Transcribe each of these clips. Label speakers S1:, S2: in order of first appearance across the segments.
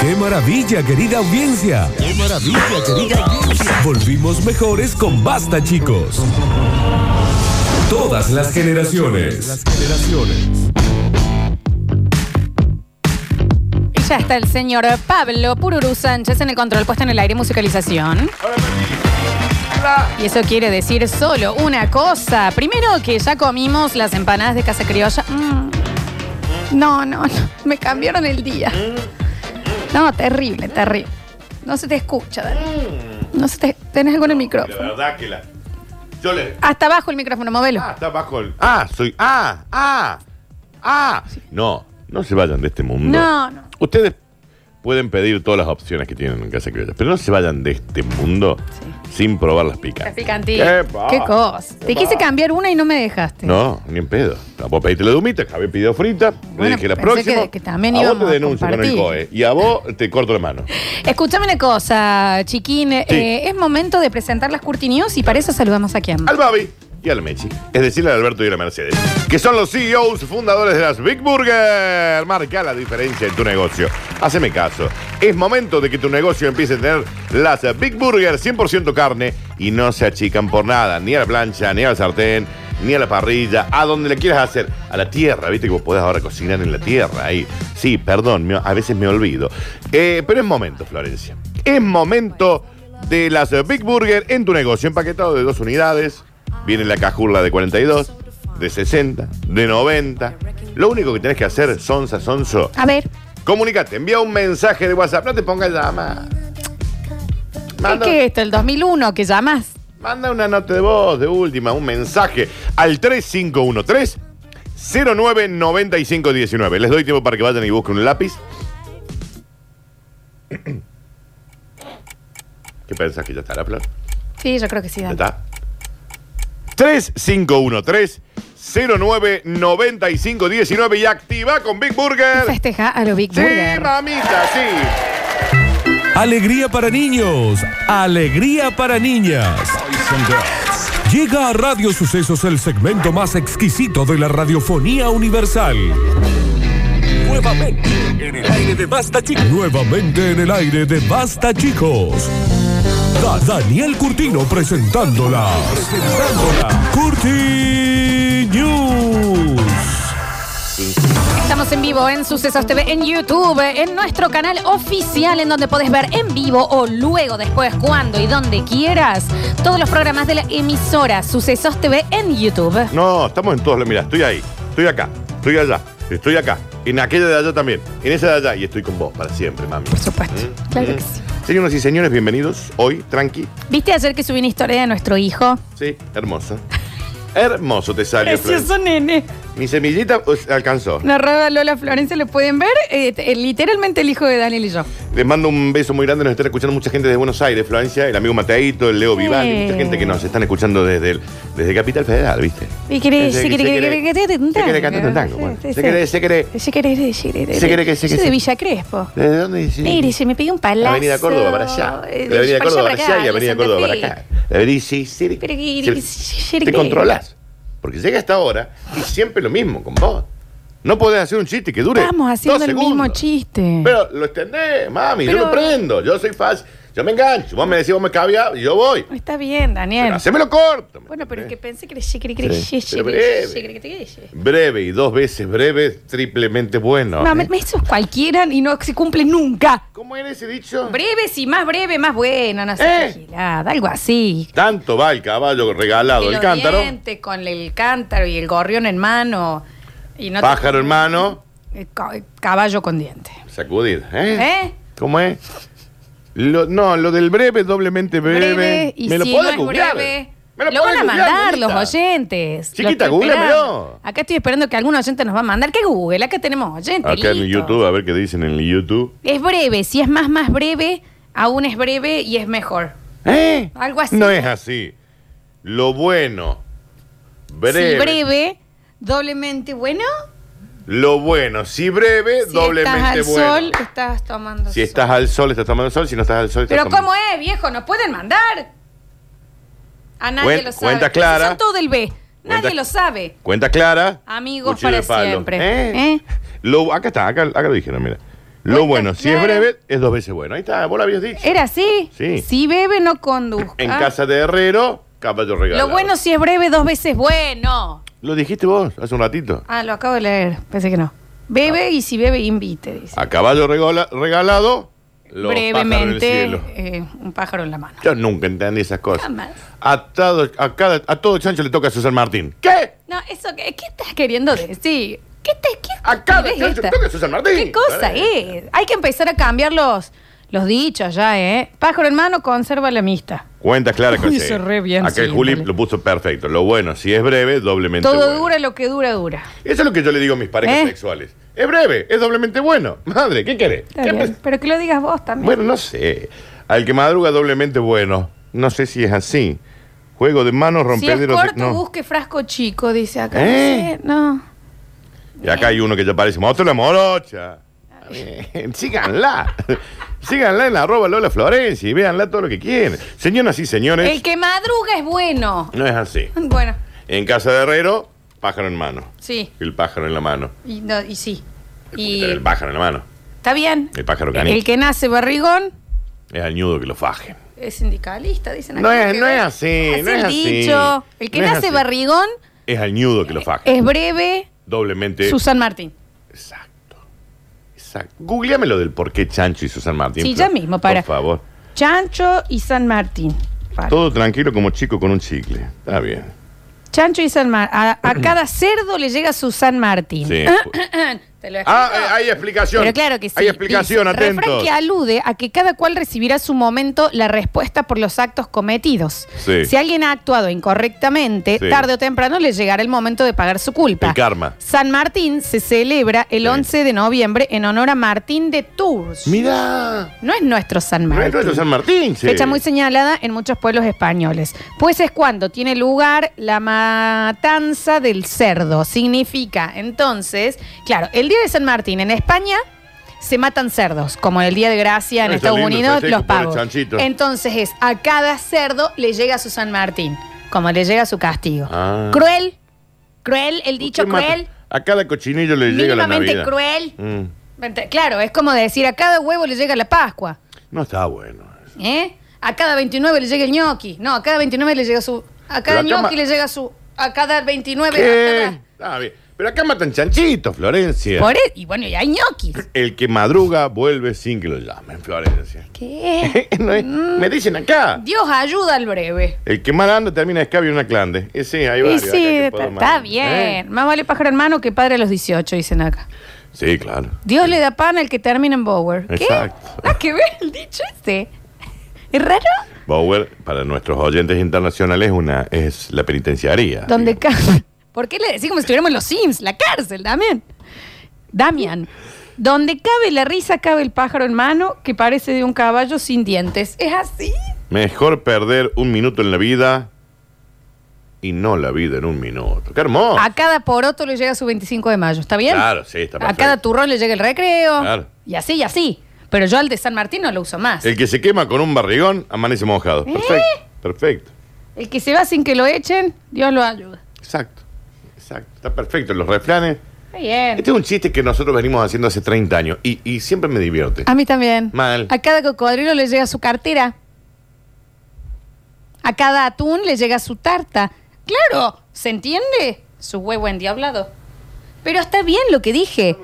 S1: ¡Qué maravilla, querida audiencia!
S2: ¡Qué maravilla, querida audiencia!
S1: Volvimos mejores con Basta, chicos. Todas las generaciones. Las generaciones.
S3: Y ya está el señor Pablo Pururu Sánchez en el control puesto en el aire y musicalización. Y eso quiere decir solo una cosa. Primero que ya comimos las empanadas de casa criolla. Mm. No, no, no. Me cambiaron el día. No, terrible, terrible. No se te escucha, Dani.
S2: Mm.
S3: No se te. ¿Tenés algo en el
S2: La
S3: micrófono?
S2: verdad que la. Yo le.
S3: Hasta abajo el micrófono, móvelo.
S2: Ah, está bajo el. Ah, soy. Ah, ah, ah. No, no se vayan de este mundo.
S3: No, no.
S2: Ustedes pueden pedir todas las opciones que tienen en Casa Criolla, pero no se vayan de este mundo sin probar las picas.
S3: Las picantitas.
S2: Epa.
S3: Qué cosa. Te quise cambiar una y no me dejaste.
S2: No, ni en pedo. Vos pediste la dumita, Javier pidió frita, le
S3: Bueno,
S2: dije la
S3: pensé
S2: próxima.
S3: que- que también
S2: a vos
S3: íbamos
S2: te
S3: a
S2: denuncio con el
S3: compartir.
S2: COE y a vos te corto la mano.
S3: Escúchame una cosa, chiquín. Eh, es momento de presentar las Curti News y para eso saludamos a quién.
S2: al Babi y al Mechi, es decir, al Alberto y a la Mercedes, que son los CEOs fundadores de las Big Burger. Marca la diferencia en tu negocio. Haceme caso. Es momento de que tu negocio empiece a tener las Big Burger 100% carne y no se achican por nada, ni a la plancha, ni al sartén, ni a la parrilla, a donde le quieras hacer, a la tierra, viste que vos podés ahora cocinar en la tierra ahí. Sí, perdón, me- a veces me olvido. Eh, pero es momento, Florencia. Es momento de las eh, Big Burger en tu negocio. Empaquetado de dos unidades. Viene la cajurla de 42, de 60, de 90. Lo único que tenés que hacer, sonza, sonso,
S3: A ver,
S2: comunicate, envía un mensaje de WhatsApp. No te pongas llama.
S3: ¿qué
S2: Manda,
S3: es esto? El 2001 que llamas.
S2: manda una nota de voz de última, un mensaje al 3513 099519. Les doy tiempo para que vayan y busquen un lápiz. ¿Qué pensás que ya está la plata?
S3: Sí, yo creo que sí,
S2: Ya
S3: Dani.
S2: está. 3513-099519 y activa con Big Burger.
S3: Festeja a los Big
S2: Sí,
S3: Burger.
S2: mamita, sí.
S1: Alegría para niños, alegría para niñas. Llega a Radio Sucesos el segmento más exquisito de la radiofonía universal. Nuevamente en el aire de Basta Chicos. Nuevamente en el aire de Basta Chicos. Da- Daniel Curtino presentándola. Presentándola. Curti News.
S3: Estamos en vivo en Sucesos TV, en YouTube, en nuestro canal oficial, en donde podés ver en vivo o luego, después, cuando y donde quieras, todos los programas de la emisora Sucesos TV en YouTube.
S2: No, estamos en todos los. Mira, estoy ahí, estoy acá, estoy allá, estoy acá, en aquella de allá también, en esa de allá y estoy con vos para siempre, mami.
S3: Por supuesto, claro que sí.
S2: Señoras y señores, bienvenidos. Hoy, tranqui.
S3: ¿Viste ayer que subí una historia de nuestro hijo?
S2: Sí, hermoso. Hermoso te salió. Florencia.
S3: Precioso nene.
S2: Mi semillita pues, alcanzó.
S3: Narrada Lola Florencia, lo pueden ver. Eh, eh, literalmente el hijo de Daniel y yo.
S2: Les mando un beso muy grande, nos están escuchando mucha gente desde Buenos Aires, Florencia, el amigo Mateito, el Leo
S3: Sí.
S2: Vivaldi, mucha gente que nos están escuchando desde, el- desde Capital Federal, ¿viste?
S3: Y quiere-
S2: Se-
S3: se quiere-
S2: se
S3: quiere- quiere- quiere-
S2: se quiere cantar un tango, bueno.
S3: Sí, sí,
S2: Se quiere-
S3: sí.
S2: se quiere-
S3: Se quiere ir, se quiere ir.
S2: Se quiere que- se
S3: Yo
S2: que-
S3: de
S2: se-
S3: Villa Crespo.
S2: ¿Desde dónde dice?
S3: Mire, se me pidió un palazo.
S2: Avenida Córdoba para allá.
S3: Eh,
S2: La Avenida
S3: para
S2: Córdoba para
S3: para
S2: allá y
S3: la
S2: Avenida
S3: Santa
S2: Córdoba para
S3: Fe.
S2: acá. La Avenida sí, sí.
S3: Pero que-
S2: sí,
S3: que-
S2: sí,
S3: que-
S2: Te
S3: que-
S2: controlás. Porque llega esta hora y siempre lo mismo con vos. No podés hacer un chiste que dure.
S3: Estamos haciendo
S2: dos
S3: el mismo
S2: segundos.
S3: chiste.
S2: Pero lo extendés, mami. Yo
S3: Pero-
S2: lo prendo. Yo soy fácil. Yo me engancho. Vos me decís, vos me cabía, yo voy.
S3: Está bien, Daniel.
S2: Pero hacémelo corto. ¿me
S3: Bueno, pero es que
S2: entendés?
S3: pensé que era se quiere- quiere-
S2: Sí,
S3: se
S2: pero
S3: quiere-
S2: breve.
S3: se quiere- quiere- quiere-
S2: Breve y dos veces breve, triplemente bueno.
S3: No,
S2: ¿eh?
S3: me, me hizo cualquiera y no se cumple nunca.
S2: ¿Cómo era ese dicho?
S3: Breve, si más breve, más buena, no sé,
S2: ¿Eh?
S3: vigilada, algo así.
S2: Tanto va el caballo regalado,
S3: Y
S2: el
S3: los
S2: cántaro,
S3: dientes con el cántaro y el gorrión en mano. Y no te-
S2: pájaro en mano,
S3: Eh, ca- Caballo con dientes.
S2: sacudir. ¿Eh?
S3: ¿Eh?
S2: ¿Cómo es? Lo- no, lo del breve, doblemente breve.
S3: breve y
S2: me lo
S3: si
S2: podés
S3: no es
S2: googlear.
S3: breve,
S2: Me
S3: lo,
S2: podés
S3: van a
S2: googlear,
S3: mandar
S2: nenita.
S3: los oyentes. Lo
S2: Chiquita,
S3: estoy
S2: googleamelo.
S3: esperando. Acá estoy esperando que algún oyente nos va a mandar. ¿Qué Google? Acá tenemos oyentes.
S2: Acá en
S3: listo.
S2: YouTube, a ver qué dicen en YouTube.
S3: Es breve. Si es más, más breve, aún es breve y es mejor.
S2: ¿Eh?
S3: Algo así.
S2: No es así. Lo bueno, breve.
S3: Si breve, doblemente bueno.
S2: Lo bueno, si breve,
S3: Si estás
S2: doblemente
S3: al
S2: bueno.
S3: sol, estás tomando
S2: Si
S3: sol.
S2: estás al sol, estás tomando sol. Si no estás al sol, estás
S3: Pero
S2: tomando
S3: ¿cómo es, viejo? ¿Nos pueden mandar? A nadie
S2: Cuen-
S3: lo sabe.
S2: cuenta clara.
S3: Son todo del B. Nadie
S2: Cuenta-
S3: lo sabe.
S2: Cuenta clara.
S3: Amigos
S2: cuchillo
S3: para
S2: de palo.
S3: siempre.
S2: ¿Eh?
S3: ¿Eh?
S2: Lo, acá está, acá, acá lo dijeron, mira. Lo bueno, si es breve, es dos veces bueno. Ahí está, vos lo habías dicho.
S3: ¿Era así?
S2: Sí.
S3: Si bebe, no conduzca.
S2: En casa de Herrero, caballo regalado.
S3: ah. Lo bueno si es breve, dos veces bueno.
S2: Lo dijiste vos hace un ratito.
S3: Ah, lo acabo de leer. Pensé que no. Bebe y si bebe, invite, dice.
S2: Ah. A caballo regola- regalado, los pájaros en el
S3: Brevemente,
S2: cielo.
S3: eh, un pájaro en la mano.
S2: Yo nunca entendí esas cosas.
S3: Jamás.
S2: Atado- a, cada- a todo chancho le toca a San Martín. ¿Qué?
S3: No, eso, ¿qué, qué estás queriendo decir? ¿Qué te qué
S2: A cada
S3: estupidez
S2: chancho le
S3: esta?
S2: toca a San Martín.
S3: ¿Qué cosa
S2: Dale.
S3: es? Hay que empezar a cambiar los, los dichos ya, ¿eh? Pájaro en mano, conserva la amistad.
S2: Cuenta clara que
S3: Uy,
S2: sí.
S3: se re bien,
S2: Acá el
S3: sí,
S2: Juli
S3: dale.
S2: lo puso perfecto. Lo bueno, si es breve, doblemente
S3: Todo
S2: bueno.
S3: dura lo que dura, dura.
S2: Eso es lo que yo le digo a mis parejas
S3: ¿Eh?
S2: sexuales. Es breve, es doblemente bueno. Madre, ¿qué querés?
S3: Está
S2: ¿Qué
S3: bien,
S2: pres-
S3: Pero que lo digas vos también.
S2: Bueno, no sé. Al que madruga doblemente bueno. No sé si es así. Juego de manos,
S3: si es
S2: rompederos. de-
S3: corto,
S2: no.
S3: busque frasco chico, dice acá.
S2: ¿Eh?
S3: No. sé,
S2: Y acá hay uno que ya parece. ¡Moto la morocha! Bien, Síganla. Síganla en arroba Lola Florencia y véanla todo lo que quieren. Señoras y
S3: no.
S2: señores,
S3: El que madruga es bueno.
S2: no es así.
S3: Bueno,
S2: En casa de Herrero, pájaro en mano.
S3: sí.
S2: El pájaro en la mano.
S3: Y, no, y sí.
S2: Y...
S3: Y
S2: El pájaro en la mano.
S3: está bien.
S2: El pájaro canijo.
S3: El que nace barrigón
S2: Es al ñudo que lo faje.
S3: es sindicalista, dicen
S2: No
S3: acá,
S2: es-
S3: que
S2: no
S3: ve-
S2: es así, no es
S3: el
S2: así.
S3: dicho. El que
S2: No es
S3: nace
S2: así.
S3: barrigón
S2: Es al ñudo que lo faje.
S3: es breve,
S2: Doblemente.
S3: Susan Martín.
S2: Exacto. Exacto. Googleame lo del por qué Chancho y Susan Martín.
S3: Sí,
S2: Flor.
S3: ya mismo, para.
S2: Por favor.
S3: Chancho y San Martín. Vale.
S2: Todo tranquilo como chico con un chicle. Está bien.
S3: Chancho y San Martín. A, a cada cerdo le llega su San Martín.
S2: Sí.
S3: Te lo
S2: ah,
S3: explico.
S2: eh, hay explicación.
S3: Pero claro que sí.
S2: Hay explicación,
S3: Dice, Refrán
S2: atentos.
S3: que alude a que cada cual recibirá a su momento la respuesta por los actos cometidos.
S2: Sí.
S3: Si alguien ha actuado incorrectamente,
S2: Sí.
S3: tarde o temprano le llegará el momento de pagar su culpa.
S2: El karma.
S3: San Martín se celebra el
S2: Sí.
S3: 11 de noviembre en honor a Martín de Tours.
S2: Mirá.
S3: No es nuestro San
S2: No
S3: Martín.
S2: es nuestro San Martín, sí.
S3: Fecha muy señalada en muchos pueblos españoles. Pues es cuando tiene lugar la matanza del cerdo. Significa, entonces, claro, el día de San Martín en España se matan cerdos, como el día de Gracia en
S2: Ah, está
S3: Estados
S2: lindo el
S3: Unidos,
S2: festejo,
S3: los
S2: pobre
S3: pavos.
S2: chanchito.
S3: Entonces es, a cada cerdo le llega su San Martín, como le llega su castigo.
S2: Ah.
S3: Cruel, cruel, el dicho
S2: ¿Qué mata?
S3: cruel,
S2: A cada cochinillo le llega la
S3: mínimamente
S2: Navidad.
S3: cruel.
S2: Mm.
S3: Ent- Claro, es como decir, a cada huevo le llega la Pascua.
S2: No está bueno.
S3: ¿Eh? A cada 29 le llega el ñoqui. No, a cada 29 le llega su. A cada
S2: Pero acá
S3: ñoqui
S2: ma-
S3: le llega su. A cada 29. a
S2: ¿Qué?
S3: cada-
S2: Está bien. Pero acá matan chanchitos, Florencia.
S3: Por e- Y bueno, y hay ñoquis.
S2: El que madruga vuelve sin que lo llamen, Florencia. Eh,
S3: ¿Qué?
S2: No es-
S3: Mm.
S2: Me dicen acá.
S3: Dios ayuda al breve.
S2: El que mal anda termina escabio en una clande. Eh, sí, hay
S3: Y
S2: varios. acá
S3: sí,
S2: que
S3: está,
S2: puedo
S3: está
S2: mandar.
S3: bien.
S2: ¿Eh?
S3: Más vale pájaro en mano que padre a los 18, dicen acá.
S2: Sí, claro.
S3: Dios le da pan al que termina en Bower. ¿Qué?
S2: Exacto.
S3: Nada que ver el dicho este. ¿Es raro?
S2: Bower, para nuestros oyentes internacionales, una es la penitenciaría.
S3: Donde
S2: digamos.
S3: ca ¿Por qué le decís como si estuviéramos en los Sims? La cárcel, Damián. Damián. Donde cabe la risa, cabe el pájaro en mano que parece de un caballo sin dientes. ¿Es así?
S2: Mejor perder un minuto en la vida y no la vida en un minuto. ¡Qué hermoso!
S3: A cada poroto le llega su 25 de mayo, ¿está bien?
S2: Oh. Claro, sí, está
S3: A
S2: perfecto.
S3: cada turrón le llega el recreo.
S2: Claro.
S3: Y así, y así. Pero yo al de San Martín no lo uso más.
S2: El
S3: El,
S2: que se quema con un barrigón amanece
S3: ¿Eh?
S2: mojado. Perfecto. Perfecto.
S3: que se va sin que lo echen, Dios lo ayuda.
S2: Exacto. Exacto. Está perfecto. Los refranes.
S3: Está bien.
S2: Este es un chiste que nosotros venimos haciendo hace 30 años y, y siempre me divierte.
S3: A mí también.
S2: Mal.
S3: A cada cocodrilo le llega su cartera. A cada atún le llega su tarta. Claro, ¿se entiende? Su huevo endiablado. Pero está bien lo que dije.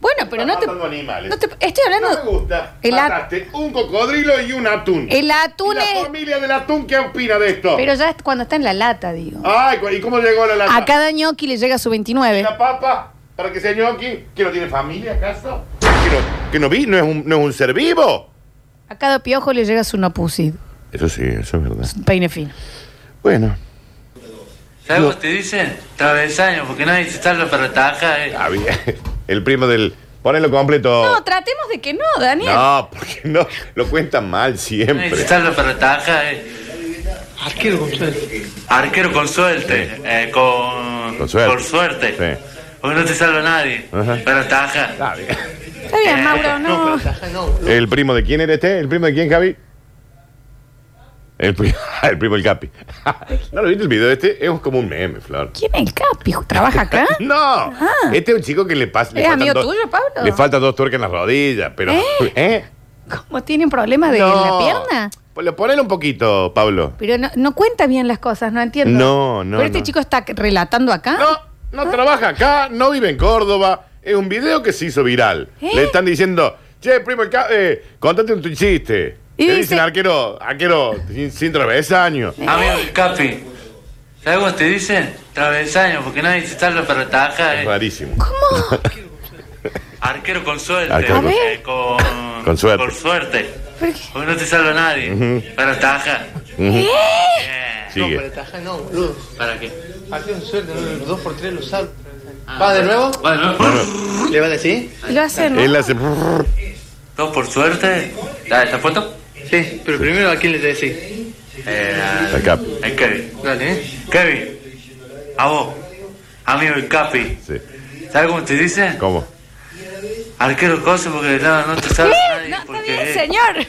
S3: Bueno, pero no
S2: Estás
S3: te,
S2: matando animales.
S3: no te- Estoy hablando.
S2: No me gusta.
S3: El at-
S2: Mataste un cocodrilo y un atún.
S3: El atún
S2: ¿Y la
S3: es-
S2: familia del atún qué opina de esto?
S3: Pero ya es cuando está en la lata, digo.
S2: Ay, cu- ¿y cómo llegó la lata?
S3: A cada ñoqui le llega su
S2: ¿Y
S3: 29.
S2: la papa? ¿Para que sea ñoqui? ¿Que no tiene familia, acaso? ¿Que no, que no vi? ¿No es, un, ¿No es un ser vivo?
S3: A cada piojo le llega su nopusi.
S2: Eso sí, eso es verdad.
S3: Peine fino.
S2: Bueno.
S4: ¿Sabes lo que te dicen? Travesaño, porque nadie se salva para retajar. eh.
S2: Está bien. El primo del... Ponelo completo.
S3: No, tratemos de que no, Daniel.
S2: No, porque no. Lo cuentan mal
S4: Nadie se
S2: siempre.
S4: salva para retajar. eh.
S5: Arquero con
S4: Arquero con suerte. eh, con,
S2: Con suerte.
S4: Por suerte.
S2: Sí.
S4: Porque no te salva nadie.
S2: Ajá.
S4: Para retajar.
S2: Está bien.
S3: Está bien, Mauro, no.
S2: ¿El primo de quién era este? ¿El primo de quién, Javi? El, pri- el primo el Capi. ¿No lo viste el video este? Es como un meme, Flor.
S3: ¿Quién es el Capi? ¿Trabaja acá?
S2: No, este es un chico que le pasa. le
S3: Ah. ¿Es
S2: faltan
S3: amigo
S2: dos-
S3: tuyo, Pablo?
S2: Le faltan dos tuercas en las rodillas, pero.
S3: ¿Eh?
S2: ¿Eh?
S3: ¿Cómo tiene un problema de
S2: No.
S3: la pierna?
S2: Ponle- Ponele un poquito, Pablo.
S3: Pero no, no cuenta bien las cosas, no entiendo.
S2: No, no,
S3: Pero este
S2: no.
S3: chico está relatando acá.
S2: No, no trabaja acá, no vive en Córdoba. Es un video que se hizo viral.
S3: ¿Eh?
S2: Le están diciendo, che, primo, el ca- eh, contate un tu chiste.
S3: Y
S2: Y le
S3: dice-
S2: dicen arquero, arquero, sin, sin travesaño.
S4: Amigo del Capi, ¿sabes cómo te dicen? Travesaño, porque nadie se salva para atajar.
S3: Eh.
S2: Es rarísimo.
S3: ¿Cómo?
S4: Arquero con suerte.
S2: Arquero
S3: con-
S4: eh, con,
S2: Con suerte.
S4: Con suerte.
S3: ¿Por qué?
S4: Porque no te salva nadie. Para atajar.
S2: Sigue.
S5: Tajá no, boludo.
S4: ¿Para qué?
S5: Aquí un sueldo, los dos por tres lo sal. ¿Va de nuevo?
S4: Bueno,
S5: Ah, ¿Le va a decir?
S3: Lo hace, ¿no?
S2: Él hace.
S4: dos por suerte. Dale, ¿estás puesto?
S5: Sí, pero primero a quién le decís.
S4: Eh,
S2: Al Capi.
S4: el Kevin.
S5: Dale, ¿eh?
S4: Kevin, a vos, amigo del Capi.
S2: Sí.
S4: ¿Sabes cómo te dicen?
S2: ¿Cómo?
S4: Arquero cosa porque no, no te salva
S3: ¿Qué?
S4: nadie.
S3: No, está
S4: porque,
S3: bien, señor.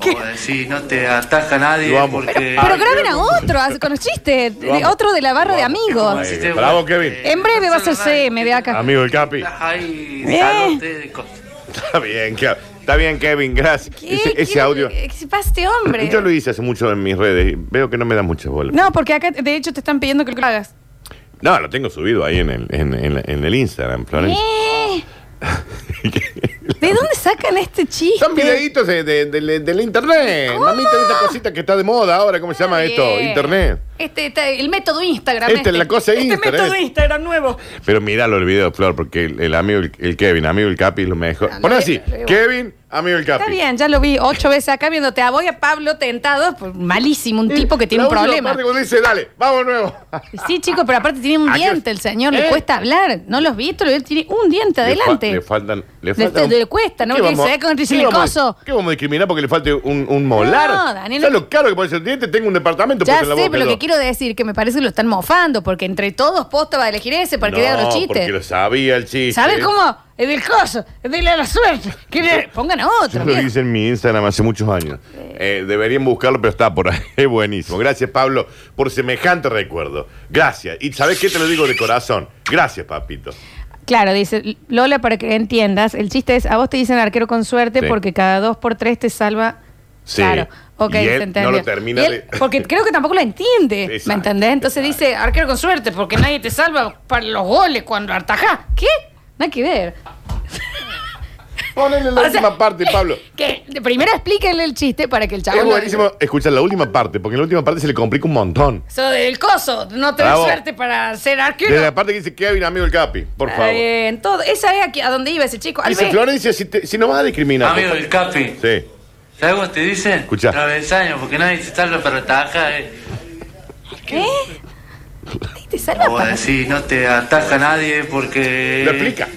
S3: ¿Qué?
S4: Como decir, no te ataca nadie
S2: Lo amo.
S4: porque...
S3: Pero graben a otro así, con los chistes. de- otro de la barra de amigos.
S4: Hiciste-
S2: Bravo, Kevin.
S4: eh,
S3: En breve va a ser CM de acá.
S2: Amigo el Capi.
S4: Estás ahí,
S3: Eh.
S4: salute de cosas.
S2: Está bien, Ke- está bien, Kevin, gracias.
S3: ¿Qué?
S2: Ese, ese
S3: ¿Qué-
S2: audio.
S3: ¿Qué se pasa este hombre?
S2: Yo lo hice hace mucho en mis redes. y Veo que no me da mucha bola.
S3: No, porque acá de hecho te están pidiendo que lo hagas.
S2: No, lo tengo subido ahí en el, en, en- en el Instagram, Florencia.
S3: ¿Eh? ¿De dónde sacan este chiste?
S2: Son videitos de, de- de- de- de la internet.
S3: ¿Cómo?
S2: Mamita, de esta cosita que está de moda ahora, ¿cómo se llama
S3: Bien.
S2: esto? Internet.
S3: Este, este, el método Instagram.
S2: Esta es la cosa de
S3: este
S2: Instagram,
S3: método
S2: este.
S3: Instagram nuevo.
S2: Pero miralo el video, Flor, porque el, el amigo, el, el Kevin, amigo el Capi es lo mejor.
S3: Ah,
S2: Poné
S3: lo
S2: así,
S3: veo, lo veo.
S2: Kevin, amigo el Capi.
S3: Está bien, ya lo vi ocho veces acá viéndote a vos y a Pablo tentado. pues, malísimo, un tipo que tiene
S2: La
S3: un
S2: última
S3: problema.
S2: parte cuando dice, dale, vamos de nuevo.
S3: Sí, chicos, pero aparte tiene un
S2: ¿A qué-
S3: diente el señor,
S2: ¿Eh?
S3: le cuesta hablar. No los vi, pero él tiene un diente adelante.
S2: Le, fa- le faltan. Le,
S3: Le-
S2: faltan-
S3: le cuesta, ¿no?
S2: ¿Qué
S3: Porque
S2: vamos a-
S3: se ve con
S2: qué
S3: Richie
S2: vamos a-
S3: Lecoso.
S2: ¿Qué vamos a discriminar porque le falte un, un molar?
S3: No, Daniel.
S2: ¿Sabes lo caro que puede ser un diente? Tengo un departamento
S3: ya
S2: puesto en la
S3: sé,
S2: boca,
S3: pero lo
S2: yo.
S3: que quiero decir que me parece que lo están mofando, porque entre todos posta va a elegir ese para que
S2: no,
S3: vea los chistes.
S2: Porque lo sabía el chiste. ¿eh?
S3: ¿Sabes cómo? Es del coso, es de la suerte. Que le- Pongan
S2: Yo
S3: otro.
S2: lo
S3: viejo.
S2: hice en mi Instagram hace muchos años. Eh, deberían buscarlo, pero está por ahí. Es buenísimo. Gracias, Pablo, por semejante recuerdo. Gracias. Y ¿sabes qué te lo digo de corazón? Gracias, papito.
S3: Claro, dice Lola, para que entiendas, el chiste es, a vos te dicen arquero con suerte
S2: Sí.
S3: porque cada dos por tres te salva.
S2: Sí.
S3: Claro, ok,
S2: Y él
S3: se
S2: no
S3: entendió.
S2: lo termina
S3: Y él-
S2: de-
S3: Porque creo que tampoco lo entiende,
S2: Exacto,
S3: ¿me entendés? Entonces
S2: exacto.
S3: dice arquero con suerte porque nadie te salva para los goles cuando artajás. ¿Qué? Nada que ver.
S2: Ponle la
S3: O
S2: última
S3: sea,
S2: parte, Pablo.
S3: Que de primero explíquenle el chiste para que el
S2: Es
S3: chabón... lo-
S2: buenísimo escuchar la última parte, porque en la última parte se le complica un montón.
S3: Eso del coso, no tenés
S2: Bravo.
S3: suerte para ser arquero.
S2: Desde la parte que dice Kevin, amigo el Capi, por
S3: Está
S2: favor.
S3: bien, todo. Esa es aquí, a donde iba ese chico. Al
S2: Dice
S3: B.
S2: Florencia, si, te- si no vas a discriminar.
S4: Amigo del Capi,
S2: Sí.
S4: ¿sabes cómo te dicen?
S2: Escuchá.
S4: Travesaño porque nadie se salva para atajar. eh.
S3: ¿Eh? Nadie te salva
S4: Como
S3: para
S4: decir, no te ataca nadie porque...
S2: Lo explica.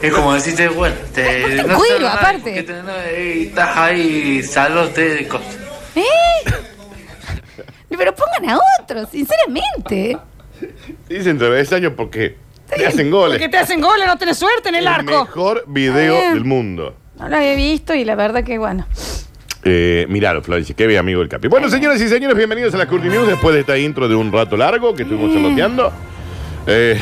S4: Es como decirte, bueno, te...
S3: Aparte, cuero,
S4: salva nadie
S3: aparte.
S4: porque te- no, eh, Estás ahí, salute de cosas.
S3: ¿Eh? Pero pongan a otros, sinceramente.
S2: Dicen tres años porque te
S3: Sí,
S2: hacen goles.
S3: Porque te hacen goles, no tenés suerte en el, arco.
S2: mejor
S3: Está
S2: video
S3: bien.
S2: del mundo.
S3: No lo había visto y la verdad que bueno.
S2: Eh, miralo, Florencia, qué bien amigo el Capi. Bueno, señoras y señores, bienvenidos a la Curti News después de esta intro de un rato largo que estuvimos
S3: Mm.
S2: charloteando. Eh,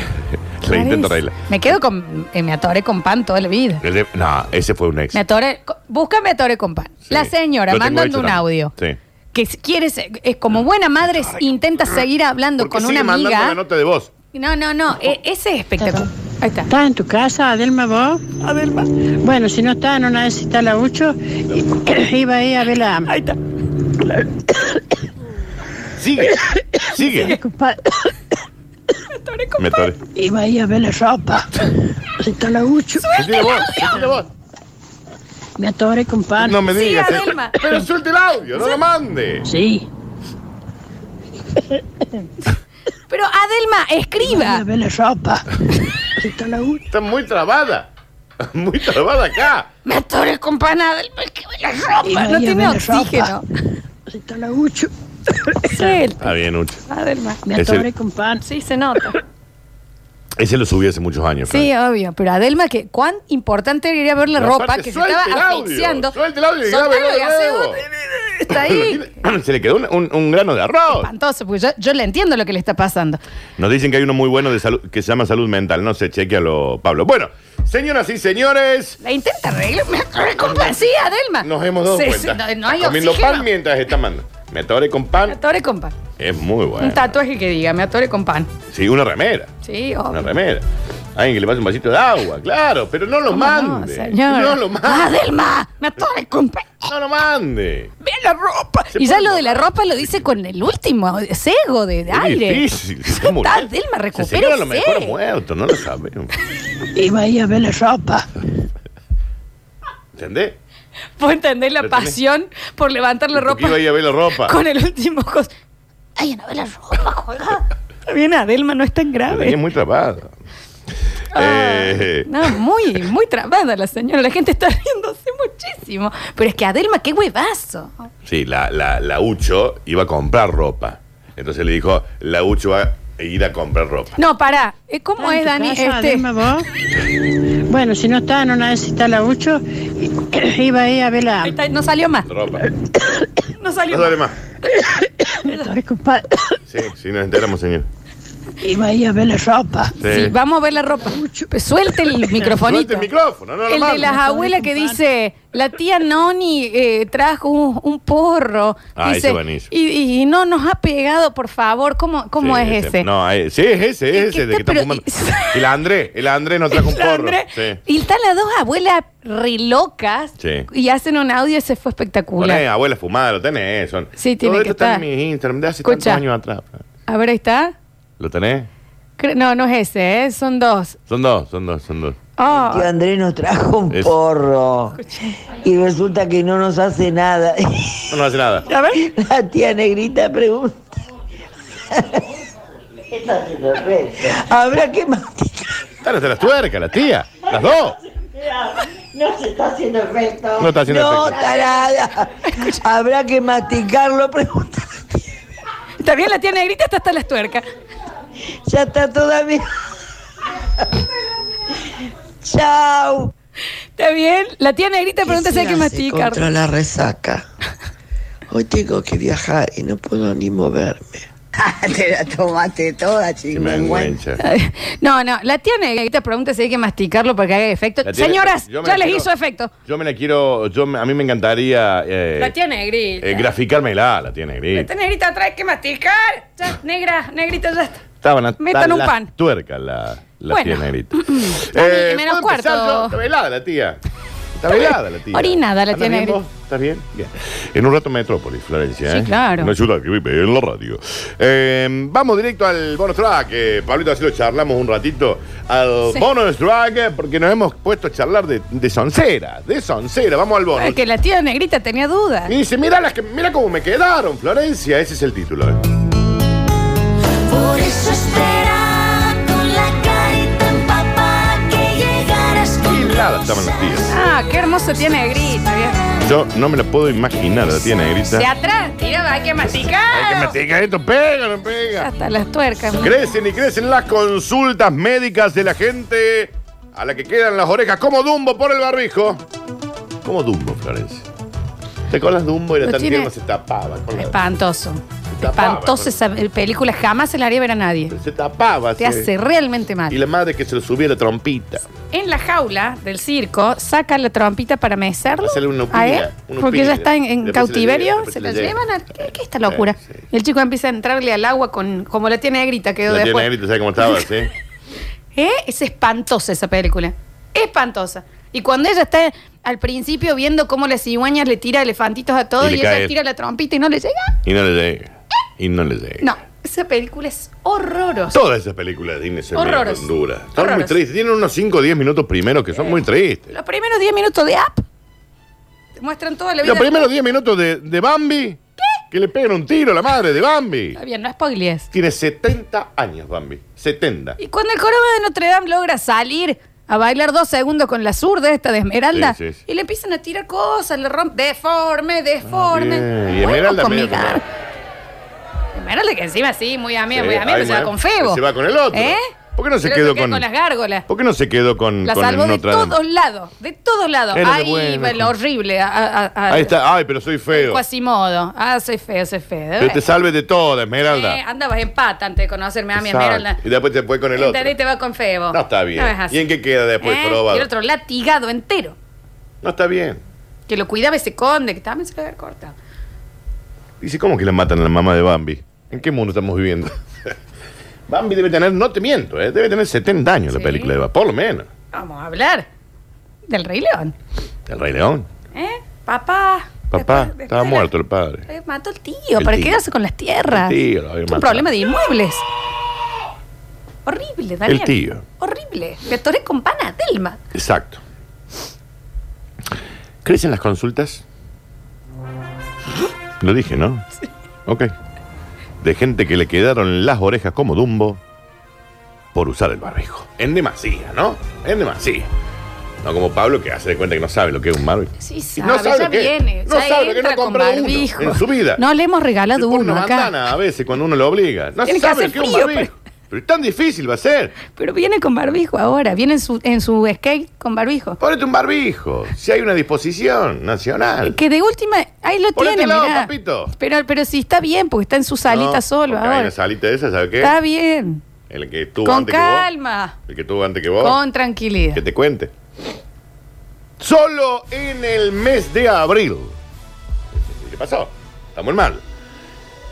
S2: la intento
S3: Clarice,
S2: arreglar.
S3: Me quedo con. eh, me atoré con pan toda la vida.
S2: El de- No, ese fue un ex.
S3: Me atoré. co- Búscame atoré con pan.
S2: Sí.
S3: La señora
S2: Lo tengo
S3: mandando
S2: hecho
S3: un
S2: también.
S3: audio.
S2: Sí.
S3: Que si quiere, ser- es como buena madre, intenta seguir hablando
S2: Porque
S3: con
S2: sigue
S3: una
S2: mandando la
S3: amiga.
S2: nota de voz.
S3: No, no, no. e- ese es espectacular. Ahí está.
S6: ¿Estás en tu casa, Adelma, vos? Adelma. Bueno, si no está, no una vez si está la Ucho, iba ahí a verla. Ay,
S2: Sigue, sigue.
S6: compadre.
S2: Me atoré.
S6: Iba ahí a ver la ropa. Si está la Ucho,
S2: Tiene voz, tiene voz.
S6: me atoré, compadre.
S2: No me
S3: Ah, Sí,
S2: digas. eh.
S3: Adelma.
S2: Pero suelte el audio, no lo mande.
S6: Sí.
S3: Pero Adelma,
S6: Iba ahí a
S3: escriba.
S6: ver la ropa. Si está la Ucho.
S2: Está muy trabada. Muy trabada acá.
S3: Me atoré con pan, Adelma. es que la ropa.
S6: Iba
S3: No
S6: ahí a
S3: tiene
S6: ver la ropa.
S3: oxígeno.
S6: Si está la Ucho,
S3: Sí,
S2: Está bien, Ucho.
S3: Adelma.
S6: me
S2: Es el-
S6: atoré, compadre.
S3: Sí, se nota.
S2: Ese lo subí hace muchos años. Fran.
S3: Sí, obvio. Pero Adelma, que cuán importante era ir a ver la
S2: Pero
S3: ropa
S2: aparte,
S3: que se
S2: suelta
S3: estaba
S2: el audio,
S3: asfixiando.
S2: suelta el audio y
S3: Soltalo
S2: grábelo de
S3: y hace
S2: nuevo.
S3: un- Está ahí.
S2: Se le quedó un, un- un grano de arroz.
S3: Espantoso, porque yo, yo le entiendo lo que le está pasando.
S2: Nos dicen que hay uno muy bueno de salud que se llama salud mental. No sé, chequealo, Pablo. Bueno, señoras y señores,
S3: La intenta arreglar. Me recompensía, Delma.
S2: nos hemos dado
S3: Sí, sí,
S2: cuenta.
S3: no, no hay
S2: Está comiendo
S3: oxígeno.
S2: pan mientras está mandando. Me atoré con pan.
S3: Atore con pan.
S2: Es muy bueno.
S3: Un tatuaje que diga, me atore con pan.
S2: Sí, una remera.
S3: Sí,
S2: Una
S3: obvio.
S2: remera. Alguien que le pase un vasito de agua, claro, pero no lo
S3: ¿Cómo no,
S2: mande.
S3: señor?
S2: No lo
S3: Ah,
S2: mande.
S3: Delma, me atore con pan.
S2: No lo mande.
S3: Ve la ropa.
S2: Se
S3: Y ya
S2: pone-
S3: lo de la ropa lo dice con el último cego de, de
S2: Es
S3: aire.
S2: difícil. se murió.
S3: Está, Delma,
S2: Ese señor a lo
S3: recupérese.
S2: mejor ha muerto, no lo sabemos.
S6: Iba ahí a ver la ropa.
S2: ¿Entendés?
S3: Vos entendés la
S2: Lo tenés.
S3: pasión por levantar la
S2: Porque
S3: ropa
S2: iba a ir a ver la ropa.
S3: con el último coso. Ay, no ve la ropa, colgada. Está bien, Adelma, no es tan
S2: La tenía
S3: grave.
S2: muy trabada.
S3: Ah,
S2: Eh,
S3: No, muy, muy trabada la señora. La gente está riéndose muchísimo. Pero es que Adelma, qué huevazo.
S2: Sí, la, la, la Ucho iba a comprar ropa. Entonces le dijo, la Ucho va a ir a comprar ropa.
S3: No, pará. Eh, ¿Cómo
S6: ¿Está en
S3: es,
S6: tu
S3: Dani?
S6: casa,
S3: Este,
S6: Adelma, vos? Bueno, si no está, no necesita la Ucho. Iba ahí a ver la.
S3: ahí está, no salió más.
S2: Ropa.
S3: No
S2: No
S3: salió
S2: sale
S3: más.
S2: más.
S6: Me atoré con pan.
S2: Sí, sí, nos enteramos, señor.
S6: Iba ahí a ver la ropa.
S3: Sí, vamos a ver la ropa. Pues Suelte el
S2: Suelte
S3: microfonito.
S2: el microfono, no lo
S3: El de
S2: mande.
S3: las abuelas que dice, la tía Noni eh, trajo un, un porro.
S2: Ah, ese
S3: dice,
S2: buenísimo.
S3: y, y no nos ha pegado, por favor. ¿Cómo, cómo
S2: Sí,
S3: es ese?
S2: No, eh, sí, es ese, es
S3: Es
S2: ese,
S3: que
S2: de que
S3: está-
S2: está
S3: pero-
S2: fumando. El André, el André nos trajo un
S3: La
S2: porro.
S3: André-
S2: Sí.
S3: Y están las dos abuelas relocas
S2: Sí.
S3: y hacen un audio, ese fue
S2: Poné,
S3: espectacular.
S2: abuela fumada, lo tenés. Son.
S3: Sí, tiene
S2: Todo
S3: que
S2: esto está en
S3: estar.
S2: mi Instagram de hace
S3: Escucha.
S2: tantos años atrás.
S3: A ver, ahí está.
S2: ¿Lo tenés?
S3: Cre- No, no es ese, ¿eh? son dos.
S2: Son dos, son dos, son dos.
S3: Oh,
S7: Tío Andrés nos trajo un
S2: Ah. Es-
S7: porro y resulta que no nos hace nada.
S2: No nos hace nada.
S3: a ver.
S7: La tía negrita pregunta. Habrá que masticar.
S2: Están hasta las tuercas, la tía. Las dos.
S8: No se está haciendo el resto.
S2: No está haciendo
S7: No,
S2: efecto.
S7: tarada. Habrá que masticarlo, pregunta.
S3: Está bien, la tía negrita está hasta las tuercas.
S7: Ya está todavía. Chau.
S3: Está bien, la tía negrita pregunta si hay que masticar.
S9: Contra la resaca. Hoy tengo que viajar y no puedo ni moverme.
S8: Te la tomaste toda,
S2: Qué
S8: chico.
S2: vergüenza.
S3: No, no, la tía negrita pregunta si hay que masticarlo para que haga efecto.
S2: La tía-
S3: Señoras,
S2: yo me
S3: ya les
S2: la quiero-
S3: hizo efecto.
S2: Yo me la quiero, yo me- a mí me encantaría eh,
S3: La tía negrita.
S2: eh, graficármela, la tía
S3: la
S2: negrita.
S3: tía negrita otra vez que masticar. Ya, negra, negrita, ya está.
S2: Estaban hasta
S3: Metan un
S2: las
S3: pan.
S2: tuercas la, la
S3: Bueno.
S2: tía negrita.
S3: y menos
S2: ¿puedo empezar
S3: cuarto.
S2: yo? Está velada la tía. Está velada la tía.
S3: Orinada la
S2: ¿Andas
S3: tía
S2: bien
S3: negrita.
S2: vos? ¿Estás bien? Bien. En un rato Metrópolis, Florencia.
S3: Sí,
S2: ¿eh?
S3: claro.
S2: Una ciudad que vive en la radio. Eh, vamos directo al bonus track. eh, Pablito, así lo charlamos un ratito. Al
S3: Sí.
S2: bonus track, eh, porque nos hemos puesto a charlar de, de soncera. De soncera. Vamos al bonus.
S3: Es que la tía negrita tenía dudas.
S2: Y dice, mira, las que, mira cómo me quedaron, Florencia. Ese es el título. ¿eh?
S8: Por eso espera con la carita empapada que llegaras con
S2: Nada, estaban las tías.
S3: Ah, qué hermoso tía negrita. bien.
S2: Yo no me la puedo imaginar, la tía negrita.
S3: De atrás, tiraba, hay que
S2: Hay que
S3: masticar.
S2: masticar esto, pega, no pega.
S3: Hasta las tuercas.
S2: Crecen y crecen las consultas médicas de la gente a la que quedan las orejas como Dumbo por el barbijo. Como Dumbo, Florencia. ¿Te acuerdas Dumbo? Era
S3: Lo
S2: tan
S3: tiene-
S2: tierno, se tapaba. con la-
S3: Espantoso.
S2: Se tapaba,
S3: Espantosa esa película, jamás se la haría ver a nadie.
S2: Se tapaba.
S3: Te
S2: se-
S3: hace realmente mal.
S2: Y la madre que se le subía la trompita.
S3: En la jaula del circo, saca la trompita para mecerlo.
S2: Hacerle una
S3: a él,
S2: upilla, una
S3: Porque ya
S2: upilla.
S3: está en, en
S2: Después se le lleva,
S3: cautiverio,
S2: después
S3: se
S2: se
S3: la
S2: le lleva.
S3: llevan a. ¿Qué, qué esta locura?
S2: Sí, sí.
S3: Y el chico empieza a entrarle al agua con como la tiene negrita, quedó
S2: La tía
S3: después.
S2: negrita, ¿sabes cómo estaba? ¿sí?
S3: ¿Eh? Es espantosa esa película. Espantosa. Y cuando ella está al principio viendo cómo las cigüeñas le tira elefantitos a todo
S2: Y
S3: y,
S2: le cae.
S3: ella tira la trompita y no le llega.
S2: Y no le llega. Y no le llega.
S3: No, esa película es horrorosa.
S2: Todas esas películas de Inés Emilio
S3: Horrores.
S2: Honduras. Son muy
S3: Horrores.
S2: tristes. Tienen unos 5 o 10 minutos primero que son muy tristes.
S3: Los primeros 10 minutos de app te muestran toda la vida.
S2: Los primeros 10 minutos de, de Bambi. Que le pegan un tiro a la madre de Bambi.
S3: Está bien, no spoilees.
S2: Tiene 70 años, Bambi. 70.
S3: Y cuando el coro de Notre Dame logra salir a bailar dos segundos con la zurda esta de Esmeralda,
S2: Sí, sí, sí.
S3: y le empiezan a tirar cosas, le rompen, deforme, deforme.
S2: Ah, Bien. Y
S3: Bueno,
S2: Esmeralda
S3: con mi
S2: medio que
S3: gar-
S2: no.
S3: Esmeralda que encima sí, muy amiga,
S2: Sí,
S3: muy amiga,
S2: ay,
S3: pero se va
S2: bueno,
S3: con Febo.
S2: se va con el otro.
S3: ¿Eh?
S2: ¿Por qué no se
S3: Pero
S2: quedó
S3: queda
S2: con,
S3: las gárgolas.
S2: ¿Por qué no se quedó con,
S3: La
S2: con
S3: salvó de
S2: Notre Dame?
S3: todos lados, de todos lados.
S2: Era de
S3: Ahí
S2: buena,
S3: va lo
S2: con-
S3: horrible. a- a- a-
S2: Ahí está. Ay, pero soy feo.
S3: Quasimodo. Ah, soy feo, soy feo.
S2: Pero te salve de toda, Esmeralda.
S3: Eh, andabas en pata antes de conocerme a mi
S2: Exacto.
S3: Esmeralda.
S2: Y después te fue con el otro.
S3: Entendí, te va con Febo.
S2: No está bien.
S3: No es así.
S2: ¿Y en qué queda después,
S3: ¿Eh?
S2: probado?
S3: Y el otro latigado entero.
S2: No está bien.
S3: Que lo cuidaba ese conde, que también se le había cortado.
S2: Dice, ¿cómo que la matan a la mamá de Bambi? ¿En qué mundo estamos viviendo? Bambi debe tener, no te miento, ¿eh? debe tener 70 años la
S3: Sí.
S2: película de Bambi, por lo menos.
S3: Vamos a hablar del Rey León.
S2: El Rey León.
S3: ¿Eh? Papá.
S2: Papá,
S3: después- después
S2: estaba
S3: de la-
S2: muerto el padre.
S3: Eh, Mató al tío
S2: El
S3: para
S2: tío.
S3: quedarse con las tierras.
S2: El tío lo había
S3: Es un
S2: matado.
S3: problema de inmuebles. Horrible, Daniel.
S2: El tío.
S3: Horrible. Me atoré con pana, Telma.
S2: Exacto. ¿Crecen las consultas? Lo dije, ¿no? Ok. De gente que le quedaron las orejas como Dumbo por usar el barbijo. En demasía, ¿no? En demasía. No como Pablo que hace de cuenta que no sabe lo que es un barbijo.
S3: Sí, sabe,
S2: no sabe
S3: ya
S2: lo que es.
S3: viene.
S2: No
S3: ya
S2: sabe lo que
S3: entra
S2: no
S3: con
S2: compró uno
S3: barbijo.
S2: en su vida.
S3: No le hemos
S2: Le
S3: regalado
S2: pone
S3: uno
S2: una
S3: acá.
S2: bandana a veces cuando uno lo obliga. No
S3: Tiene que
S2: sabe lo
S3: hacer
S2: que es un
S3: frío, pues.
S2: barbijo. Pero tan difícil va a ser.
S3: Pero viene con barbijo ahora. Viene en su, en su skate con barbijo.
S2: Ponete un barbijo. Si hay una disposición nacional.
S3: Que de última, ahí lo tiene,
S2: Ponételo,
S3: mirá.
S2: papito.
S3: Pero, pero sí está bien, porque está en su salita
S2: No,
S3: solo
S2: porque Hay
S3: ahora.
S2: una salita esa, ¿sabes qué?
S3: Está bien.
S2: El que estuvo
S3: Con
S2: antes que
S3: calma.
S2: vos. El que estuvo antes que vos.
S3: Con tranquilidad.
S2: Que te cuente. Solo en el mes de abril. ¿Qué pasó? Está muy mal.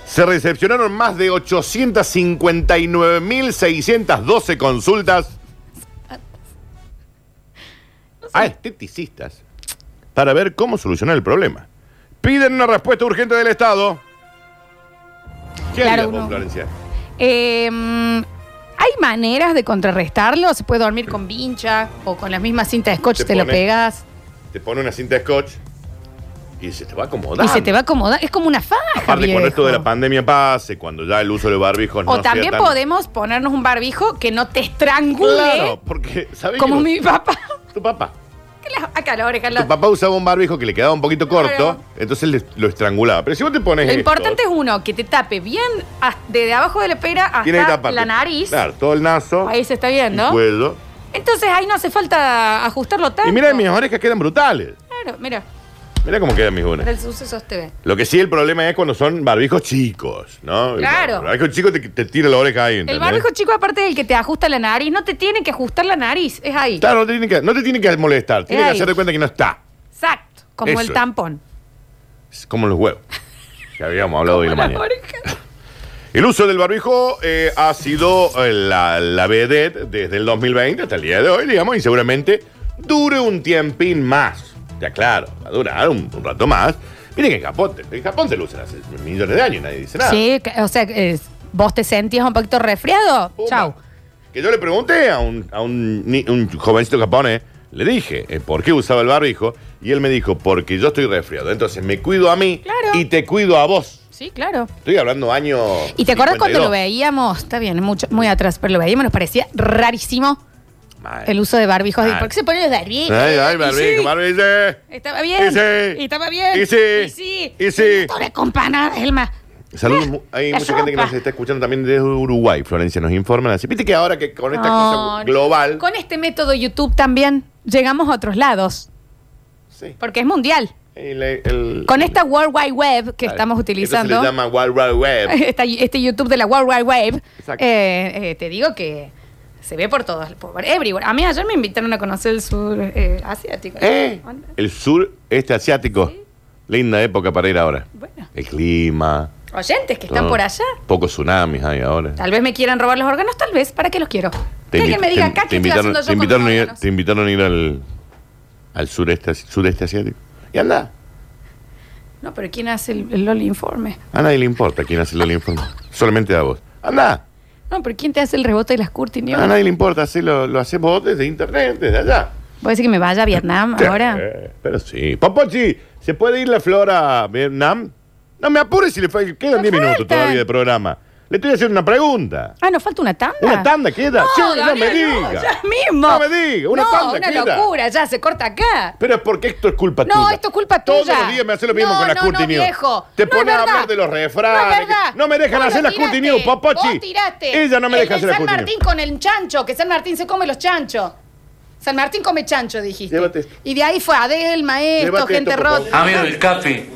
S2: Se recepcionaron más de 859.612 consultas a esteticistas para ver cómo solucionar el problema. Piden una respuesta urgente del Estado. ¿Qué
S3: Claro,
S2: harías vos,
S3: uno-
S2: Florencia?
S3: Eh, mm, ¿Hay maneras de contrarrestarlo? ¿Se puede dormir con vincha o con la misma cinta de scotch
S2: Te
S3: te, lo
S2: pone-
S3: pegas
S2: Te pone una cinta de scotch y se te va acomodando.
S3: y se te va a acomodar? Es como una faja.
S2: Aparte,
S3: viejo.
S2: cuando esto de la pandemia pase, cuando ya el uso de barbijos no
S3: o
S2: sea
S3: también
S2: tan-
S3: podemos ponernos un barbijo que no te estrangule
S2: Claro, porque, ¿sabes
S3: como
S2: que-
S3: mi papá.
S2: Tu papá.
S3: Que la- acá la oreja. la-
S2: Tu papá usaba un barbijo que le quedaba un poquito
S3: Claro.
S2: corto, entonces le- lo estrangulaba. Pero si vos te pones
S3: Lo
S2: esto,
S3: importante es uno, que te tape bien hasta- desde abajo de la pera
S2: tiene que
S3: hasta
S2: taparte.
S3: la nariz.
S2: Claro, todo el nazo.
S3: Ahí se está
S2: el
S3: viendo.
S2: cuello.
S3: Entonces ahí no hace falta ajustarlo tanto.
S2: Y mira, mis orejas quedan brutales.
S3: Claro, mira,
S2: Mira cómo quedan mis unas.
S3: del sucesos TV.
S2: Lo que sí el problema es cuando son barbijos chicos, ¿no?
S3: Claro.
S2: El barbijo chico te, te tira la oreja ahí.
S3: El
S2: ¿entendés?
S3: barbijo chico, aparte del que te ajusta la nariz, no te tiene que ajustar la nariz, es ahí.
S2: Claro, no te tiene que, no te tiene que molestar, tiene
S3: Es
S2: que
S3: ahí.
S2: hacer de cuenta que no está.
S3: Exacto, como
S2: Eso
S3: el
S2: es.
S3: tampón.
S2: Es como los huevos. Que habíamos hablado hoy en la
S3: Como
S2: mañana.
S3: la oreja.
S2: El uso del barbijo eh, ha sido eh, la, la vedette desde el 2020 hasta el día de hoy, digamos, y seguramente dure un tiempín más. Ya claro, va a durar un, un rato más. Miren que en Japón, te- en Japón se lo usan hace millones de años y nadie dice nada.
S3: Sí, que- o sea, es- vos te sentías un poquito resfriado.
S2: Pumba.
S3: Chau.
S2: Que yo le pregunté a un, a un, ni- un jovencito japonés, le dije eh, por qué usaba el barbijo, y él me dijo, porque yo estoy resfriado, entonces me cuido a mí
S3: Claro.
S2: y te cuido a vos.
S3: Sí, claro.
S2: Estoy hablando año.
S3: ¿Y te acuerdas cuando lo
S2: 52.
S3: veíamos? Está bien, mucho, muy atrás, pero lo veíamos, nos parecía rarísimo
S2: Mal.
S3: el uso de barbijos.
S2: Mal.
S3: ¿Por qué se ponen los barbijos?
S2: Ah. Ay, ay,
S3: Y
S2: barbijo,
S3: sí,
S2: barbijo.
S3: Estaba bien.
S2: Y sí.
S3: Y estaba bien.
S2: Y sí.
S3: Y sí.
S2: Y sí.
S3: Torre con pana, Elma. Eh,
S2: Saludos, mu- hay
S3: la
S2: mucha gente que
S3: sopa.
S2: nos está escuchando también desde Uruguay, Florencia, nos informan así. Viste que ahora que con esta
S3: No,
S2: cosa global.
S3: Con este método YouTube también llegamos a otros lados,
S2: Sí.
S3: porque es mundial.
S2: El- el-
S3: Con
S2: el-
S3: esta World Wide Web que
S2: Claro.
S3: estamos
S2: Esto
S3: utilizando,
S2: se le llama Wild Wild Web.
S3: esta- este YouTube de la World Wide Web,
S2: Exacto.
S3: eh, eh, te digo que se ve por todos, por everywhere. A mí ayer me invitaron a conocer el sur eh, asiático.
S2: ¿Eh?
S3: Onda.
S2: El sur este asiático. Linda época para ir ahora.
S3: Bueno.
S2: El clima.
S3: Oyentes que están
S2: todo.
S3: por allá,
S2: Pocos tsunamis hay ahora.
S3: tal vez me quieran robar los órganos, tal vez, ¿para qué los quiero?
S2: Te
S3: que
S2: invi-
S3: alguien me diga
S2: te-
S3: acá
S2: te
S3: qué estoy
S2: invitaron,
S3: haciendo yo con
S2: te
S3: los
S2: invitaron a ir,
S3: órganos.
S2: te invitaron a ir al, al sureste, asi- sureste asiático. Y anda.
S3: No, pero ¿quién hace el, el LOL informe?
S2: A nadie le importa quién hace el informe. Solamente a vos. Anda.
S3: No, pero ¿quién te hace el rebote de las curtis? Ni
S2: A nadie le importa, así lo, lo haces vos desde internet, desde allá.
S3: ¿Voy a decir que me vaya a Vietnam ahora?
S2: Eh, pero sí. Papochi, ¿se puede ir la flor a Vietnam? No me apures si le fa- quedan
S3: Me
S2: 10 minutos
S3: faltan.
S2: todavía de programa. Le estoy haciendo una pregunta.
S3: Ah, nos falta una tanda.
S2: Una tanda queda.
S3: No,
S2: Che, no
S3: Daniel,
S2: me
S3: no,
S2: diga.
S3: ya mismo.
S2: No me diga, una
S3: No,
S2: tanda
S3: una
S2: queda.
S3: locura, ya se corta acá.
S2: Pero es porque esto es culpa
S3: No,
S2: tuya.
S3: esto es culpa
S2: Todos
S3: tuya.
S2: los días me haces lo mismo
S3: No,
S2: con la
S3: no,
S2: Curti
S3: no,
S2: News.
S3: viejo.
S2: Te
S3: No es
S2: pones a
S3: verdad.
S2: hablar de los
S3: No, es
S2: refranes.
S3: verdad.
S2: que- No me dejan
S3: Vos
S2: hacer
S3: lo
S2: la Curti
S3: tiraste.
S2: News, papachi.
S3: Vos tiraste.
S2: Ella no me
S3: El
S2: deja
S3: del
S2: hacer la
S3: San
S2: Curti
S3: Martín
S2: News.
S3: con el chancho, que San Martín se come los chanchos. San Martín come chancho, dijiste.
S2: Llévate esto.
S3: Y de ahí fue Adel, maestro,
S2: Llévate
S3: gente
S2: esto, por
S3: rota.
S4: Amigo del Capi,